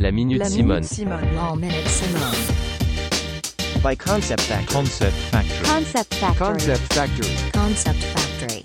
La Minute La Simone. Minute Simone. Law Minute Simone. by Concept Factory. Concept Factory. Concept Factory. Factory. Concept Factory.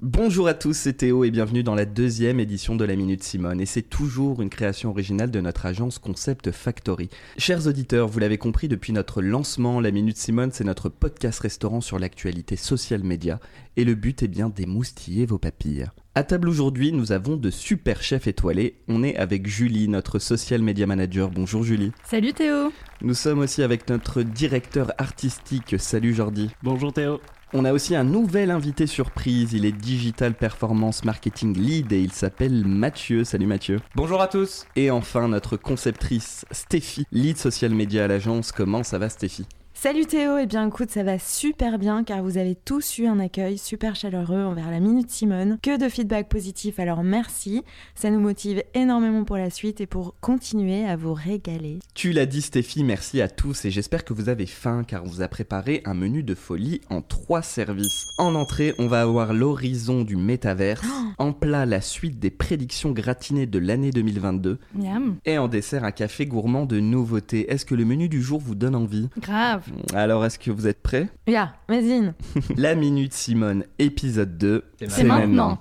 Bonjour à tous, c'est Théo et bienvenue dans la deuxième édition de la Minute Simone. Et c'est toujours une création originale de notre agence Concept Factory. Chers auditeurs, vous l'avez compris depuis notre lancement, la Minute Simone, c'est notre podcast restaurant sur l'actualité social média. Et le but est bien d'émoustiller vos papilles. À table aujourd'hui, nous avons de super chefs étoilés. On est avec Julie, notre social media manager. Bonjour Julie. Salut Théo Nous sommes aussi avec notre directeur artistique. Salut Jordi. Bonjour Théo. On a aussi un nouvel invité surprise, il est Digital Performance Marketing Lead et il s'appelle Mathieu. Salut Mathieu. Bonjour à tous. Et enfin notre conceptrice Stéphie, lead social media à l'agence. Comment ça va Stéphie Salut Théo, et bien écoute, ça va super bien car vous avez tous eu un accueil super chaleureux envers la Minute Simone. Que de feedback positif, alors merci. Ça nous motive énormément pour la suite et pour continuer à vous régaler. Tu l'as dit Stéphie, merci à tous et j'espère que vous avez faim car on vous a préparé un menu de folie en trois services. En entrée, on va avoir l'horizon du métaverse, en plat la suite des prédictions gratinées de l'année 2022 Miam et en dessert un café gourmand de nouveautés. Est-ce que le menu du jour vous donne envie Grave Alors, est-ce que vous êtes prêts Ya, vas-y. La Minute Simone, épisode 2. C'est C'est maintenant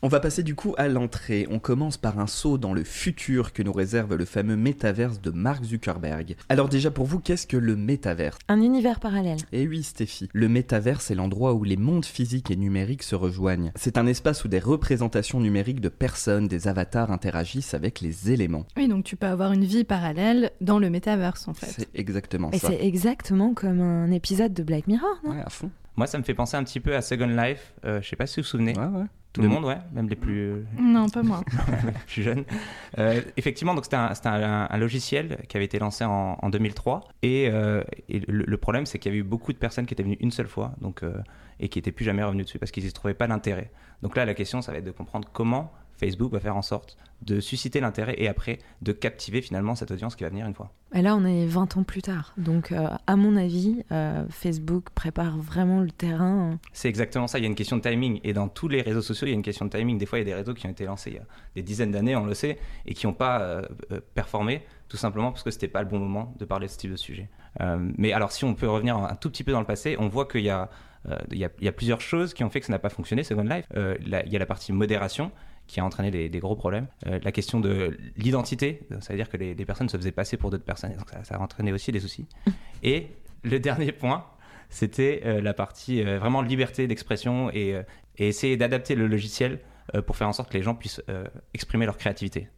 On va passer du coup à l'entrée. On commence par un saut dans le futur que nous réserve le fameux métaverse de Mark Zuckerberg. Alors déjà pour vous, qu'est-ce que le métaverse Un univers parallèle. Eh oui Stéphie, le métaverse est l'endroit où les mondes physiques et numériques se rejoignent. C'est un espace où des représentations numériques de personnes, des avatars interagissent avec les éléments. Oui, donc tu peux avoir une vie parallèle dans le métaverse en fait. C'est exactement Et ça. c'est exactement comme un épisode de Black Mirror, non Ouais, à fond. Moi, ça me fait penser un petit peu à Second Life. Euh, je sais pas si vous vous souvenez. Ouais, ouais. Tout le monde, ouais, même les plus, euh, Non, pas moi. plus jeunes. Euh, effectivement, donc c'était un, c'était un- un logiciel qui avait été lancé en, en 2003. Et, euh, et le, le problème, c'est qu'il y avait eu beaucoup de personnes qui étaient venues une seule fois, donc euh, et qui n'étaient plus jamais revenues dessus parce qu'ils n'y trouvaient pas d'intérêt. Donc là, la question, ça va être de comprendre comment Facebook va faire en sorte de susciter l'intérêt et après de captiver finalement cette audience qui va venir une fois. Et là, on est 20 ans plus tard. Donc, euh, à mon avis, euh, Facebook prépare vraiment le terrain. C'est exactement ça, il y a une question de timing. Et dans tous les réseaux sociaux, il y a une question de timing. Des fois, il y a des réseaux qui ont été lancés il y a des dizaines d'années, on le sait, et qui n'ont pas euh, euh, performé, tout simplement parce que c'était pas le bon moment de parler de ce type de sujet. Euh, mais alors, si on peut revenir un tout petit peu dans le passé, on voit qu'il y a, euh, il y a- il y a plusieurs choses qui ont fait que ça n'a pas fonctionné, Second Life. Euh, là, il y a la partie modération qui a entraîné des, des gros problèmes. Euh, la question de l'identité, ça veut dire que les, les personnes se faisaient passer pour d'autres personnes, et donc ça, ça a entraîné aussi des soucis. Et le dernier point, c'était euh, la partie euh, vraiment liberté d'expression et, euh, et essayer d'adapter le logiciel euh, pour faire en sorte que les gens puissent euh, exprimer leur créativité.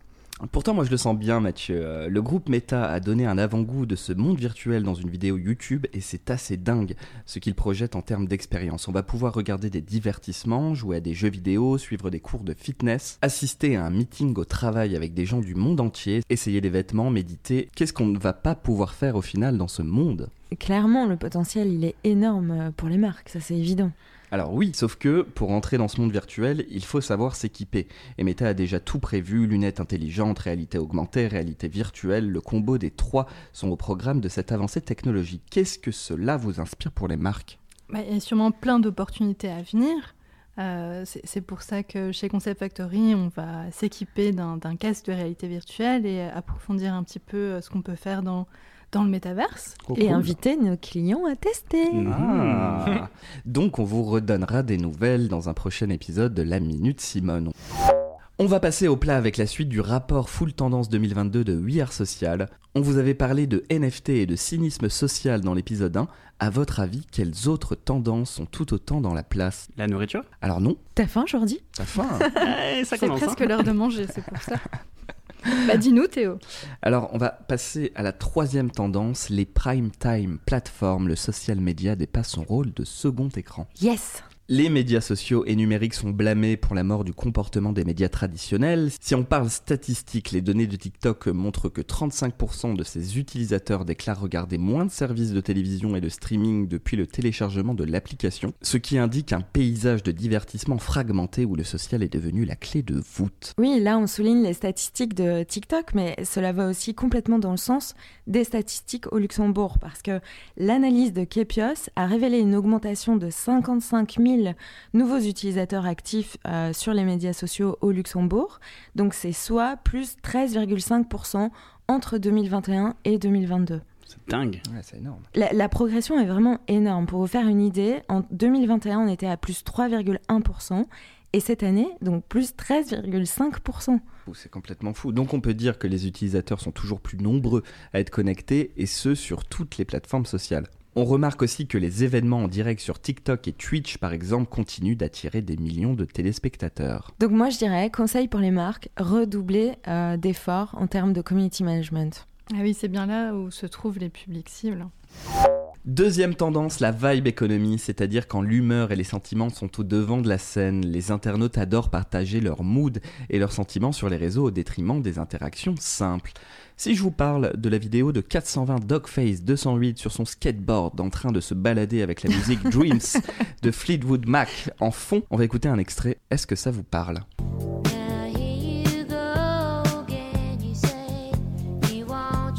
Pourtant, moi je le sens bien, Mathieu. Euh, Le groupe Meta a donné un avant-goût de ce monde virtuel dans une vidéo YouTube et c'est assez dingue ce qu'il projette en termes d'expérience. On va pouvoir regarder des divertissements, jouer à des jeux vidéo, suivre des cours de fitness, assister à un meeting au travail avec des gens du monde entier, essayer des vêtements, méditer. Qu'est-ce qu'on ne va pas pouvoir faire au final dans ce monde Clairement, le potentiel, il est énorme euh, pour les marques, ça c'est évident. alors oui, sauf que pour entrer dans ce monde virtuel, il faut savoir s'équiper. Et Meta a déjà tout prévu, lunettes intelligentes, réalité augmentée, réalité virtuelle, le combo des trois sont au programme de cette avancée technologique. Qu'est-ce que cela vous inspire pour les marques Bah, il y a sûrement plein d'opportunités à venir. Euh, c'est c'est pour ça que chez Concept Factory, on va s'équiper d'un d'un casque de réalité virtuelle et approfondir un petit peu euh, ce qu'on peut faire dans, dans le métaverse. Et inviter nos clients à tester. Ah. Donc on vous redonnera des nouvelles dans un prochain épisode de La Minute Simone. On va passer au plat avec la suite du rapport Full Tendance 2022 de We Are Social. On vous avait parlé de NFT et de cynisme social dans l'épisode 1. À votre avis, quelles autres tendances sont tout autant dans la place La nourriture Alors non, T'as faim, Jordi t'as faim Eh, Ça C'est commence. hein. presque l'heure de manger, c'est pour ça. bah, dis-nous Théo. Alors on va passer à la troisième tendance, les prime time plateformes. Le social media dépasse son rôle de second écran. Yes Les médias sociaux et numériques sont blâmés pour la mort du comportement des médias traditionnels. Si on parle statistiques, les données de TikTok montrent que 35% de ses utilisateurs déclarent regarder moins de services de télévision et de streaming depuis le téléchargement de l'application, ce qui indique un paysage de divertissement fragmenté où le social est devenu la clé de voûte. Oui, là on souligne les statistiques de TikTok, mais cela va aussi complètement dans le sens des statistiques au Luxembourg, parce que l'analyse de Kepios a révélé une augmentation de 55 000 000 nouveaux utilisateurs actifs euh, sur les médias sociaux au Luxembourg. Donc c'est soit plus 13,5% entre 2021 et 2022. C'est dingue. Ouais, c'est énorme. La, la progression est vraiment énorme. Pour vous faire une idée, en 2021, on était à plus 3,1%. Et cette année, donc plus 13,5%. Fou, C'est complètement fou. Donc on peut dire que les utilisateurs sont toujours plus nombreux à être connectés et ce sur toutes les plateformes sociales. On remarque aussi que les événements en direct sur TikTok et Twitch par exemple continuent d'attirer des millions de téléspectateurs. Donc moi, je dirais, conseil pour les marques, redoubler euh, d'efforts en termes de community management. Ah oui, c'est bien là où se trouvent les publics cibles. Deuxième tendance, la vibe économie, c'est-à-dire quand l'humeur et les sentiments sont au devant de la scène. Les internautes adorent partager leur mood et leurs sentiments sur les réseaux au détriment des interactions simples. Si je vous parle de la vidéo de 420 Dogface 208 sur son skateboard en train de se balader avec la musique Dreams de Fleetwood Mac en fond, on va écouter un extrait. Est-ce que ça vous parle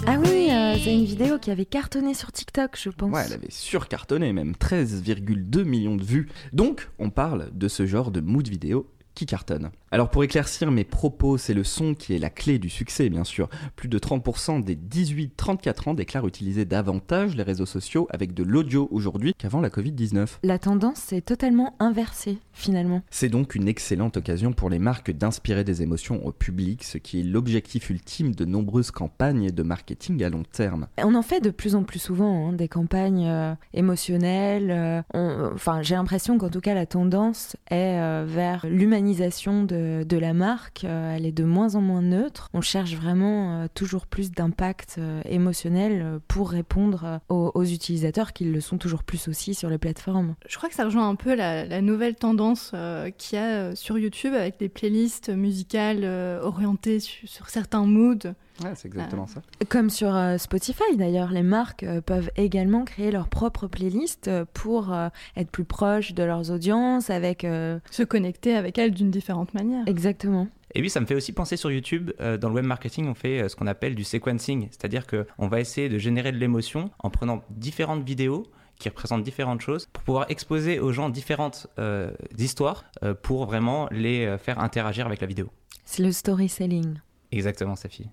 Ah oui, euh, c'est une vidéo qui avait cartonné sur TikTok, je pense. Ouais, elle avait surcartonné même 13,2 millions de vues. Donc, on parle de ce genre de mood vidéo qui cartonne. Alors pour éclaircir mes propos, c'est le son qui est la clé du succès bien sûr. Plus de 30% des 18-34 ans déclarent utiliser davantage les réseaux sociaux avec de l'audio aujourd'hui qu'avant la Covid-19. La tendance s'est totalement inversée, finalement. C'est donc une excellente occasion pour les marques d'inspirer des émotions au public, ce qui est l'objectif ultime de nombreuses campagnes de marketing à long terme. On en fait de plus en plus souvent hein, des campagnes euh, émotionnelles. euh, on- Enfin, j'ai l'impression qu'en tout cas la tendance est euh, vers l'humanisation de, de la marque. euh, elle est de moins en moins neutre. On cherche vraiment euh, toujours plus d'impact euh, émotionnel euh, pour répondre euh, aux, aux utilisateurs qui le sont toujours plus aussi sur les plateformes. Je crois que ça rejoint un peu la, la nouvelle tendance euh, qu'il y a euh, sur YouTube avec des playlists musicales euh, orientées su- sur certains moods. Ouais, c'est exactement ça. Comme sur euh, Spotify d'ailleurs, les marques euh, peuvent également créer leur propre playlist euh, pour euh, être plus proches de leurs audiences avec... euh, se connecter avec elle d'une différente manière. Exactement. Et oui, ça me fait aussi penser sur YouTube, euh, dans le web marketing, on fait euh, ce qu'on appelle du sequencing, c'est-à-dire qu'on va essayer de générer de l'émotion en prenant différentes vidéos qui représentent différentes choses pour pouvoir exposer aux gens différentes euh, histoires euh, pour vraiment les euh, faire interagir avec la vidéo. C'est le storytelling. Exactement, Safi.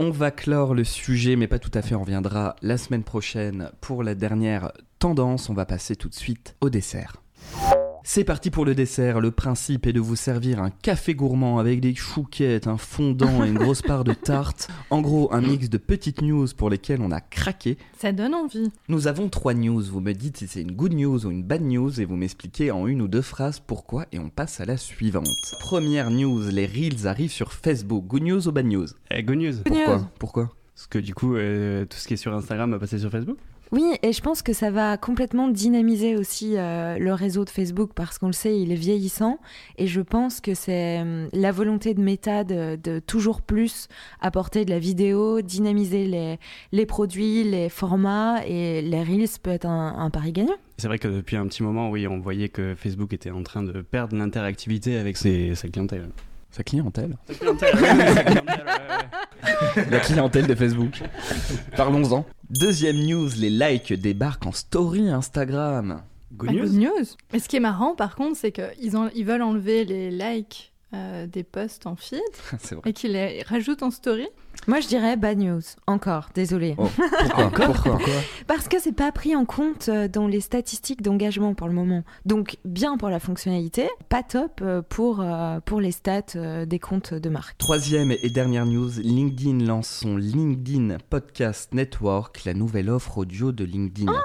On va clore le sujet, mais pas tout à fait, on reviendra la semaine prochaine pour la dernière tendance. On va passer tout de suite au dessert. C'est parti pour le dessert. Le principe est de vous servir un café gourmand avec des chouquettes, un fondant et une grosse part de tarte. En gros, un mix de petites news pour lesquelles on a craqué. Ça donne envie. Nous avons trois news. Vous me dites si c'est une good news ou une bad news et vous m'expliquez en une ou deux phrases pourquoi et on passe à la suivante. Première news, les reels arrivent sur Facebook. Good news ou bad news Eh, good news. Pourquoi Pourquoi Parce que du coup, euh, tout ce qui est sur Instagram va passer sur Facebook. Oui, et je pense que ça va complètement dynamiser aussi euh, le réseau de Facebook parce qu'on le sait, il est vieillissant. Et je pense que c'est hum, la volonté de Meta de, de toujours plus apporter de la vidéo, dynamiser les, les produits, les formats. Et les Reels peut être un, un pari gagnant. C'est vrai que depuis un petit moment, oui, on voyait que Facebook était en train de perdre l'interactivité avec ses, sa clientèle. Sa clientèle Sa clientèle, ouais, sa clientèle, ouais, ouais. La clientèle de Facebook. Parlons-en. Deuxième news, les likes débarquent en story Instagram. Good Ah, news. Mais ce qui est marrant, par contre, c'est qu'ils en- ils veulent enlever les likes euh, des posts en feed C'est vrai. et qu'ils les rajoutent en story. Moi, je dirais bad news. Encore, désolé. Pourquoi Pourquoi Parce que c'est pas pris en compte euh, dans les statistiques d'engagement pour le moment. Donc, bien pour la fonctionnalité, pas top euh, pour, euh, pour les stats euh, des comptes de marque. Troisième et dernière news, LinkedIn lance son LinkedIn Podcast Network, la nouvelle offre audio de LinkedIn. Ah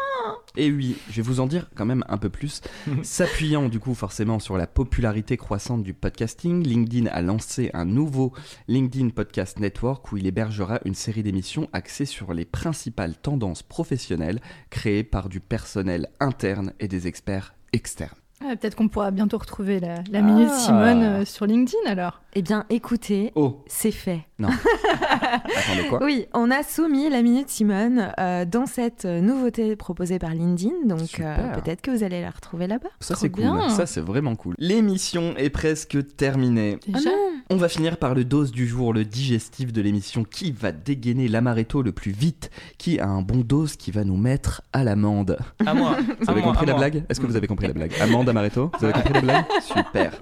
et oui, je vais vous en dire quand même un peu plus. S'appuyant du coup forcément sur la popularité croissante du podcasting, LinkedIn a lancé un nouveau LinkedIn Podcast Network où il hébergera une série d'émissions axées sur les principales tendances professionnelles créées par du personnel interne et des experts externes. Ah, Peut-être qu'on pourra bientôt retrouver la, la Minute Simone euh, sur LinkedIn alors. Eh bien, écoutez, Oh, c'est fait. attendez quoi Oui, on a soumis la Minute Simone euh, dans cette nouveauté proposée par LinkedIn, donc euh, Super. peut-être que vous allez la retrouver là-bas. Ça Trop c'est cool, bien. ça c'est vraiment cool. L'émission est presque terminée. Ah Déjà On va finir par le dose du jour, le digestif de l'émission qui va dégainer l'amaretto le plus vite, qui a un bon dose qui va nous mettre à l'amende. À moi. Vous avez compris la blague Est-ce que vous avez compris la blague Amende amaretto Vous avez compris la blague Super.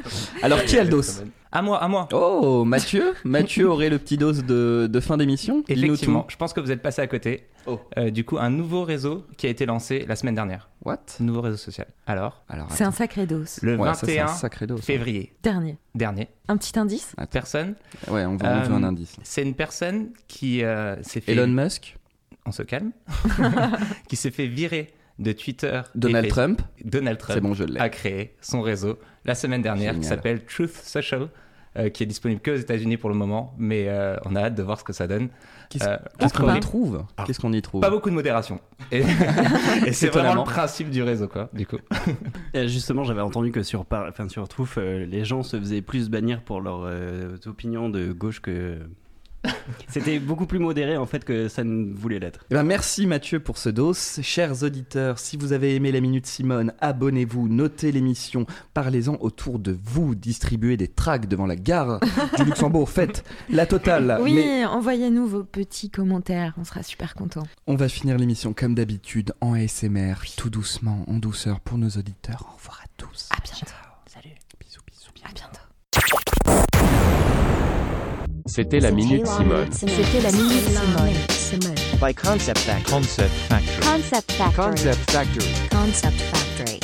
Alors qui a le dose À moi, à moi. Oh, Mathieu Mathieu aurait le petit dose de, de fin d'émission Dis-nous Effectivement, je pense que vous êtes passé à côté. Oh. Euh, du coup, un nouveau réseau qui a été lancé la semaine dernière. tout. What Un nouveau réseau social. Alors, Alors, C'est attends. un sacré dos. le Ouais, ça, c'est 21 un sacré dose. février Dernier. dernier, Un petit indice personne, Ouais, on va on veut Euh, un indice. c'est une personne qui euh, s'est fait. Elon Musk On se calme. qui s'est fait virer de Twitter. et Donald Face- Trump Donald Trump. Ah, C'est bon, je l'ai. a créé son réseau la semaine dernière qui Génial. s'appelle Truth Social, euh, qui est disponible que aux États-Unis pour le moment, mais euh, on a hâte de voir ce que ça donne. Qu'est-ce Euh, qu'est-ce qu'on y après- trouve Qu'est-ce qu'on y trouve Pas beaucoup de modération. Et, et c'est vraiment Étonnamment. le principe du réseau, quoi. Du coup, Euh, Justement, j'avais entendu que sur, par... enfin, sur Truff, euh, les gens se faisaient plus bannir pour leurs euh, opinions de gauche que. C'était beaucoup plus modéré en fait que ça ne voulait l'être. Eh ben, merci Mathieu pour ce dos. Chers auditeurs, si vous avez aimé la Minute Simone, abonnez-vous, notez l'émission, parlez-en autour de vous, distribuez des tracts devant la gare du Luxembourg, faites la totale. Oui, Euh, Mais envoyez-nous vos petits commentaires, on sera super contents. on va finir l'émission comme d'habitude en ASMR, tout doucement, en douceur pour nos auditeurs. Au revoir à tous. À bientôt. Salut. Bisous, bisous. À bientôt. C'était la Minute Simone. C'était la minute Simone. Simone. by Concept Factory. Concept Factory. Factory. Concept Factory.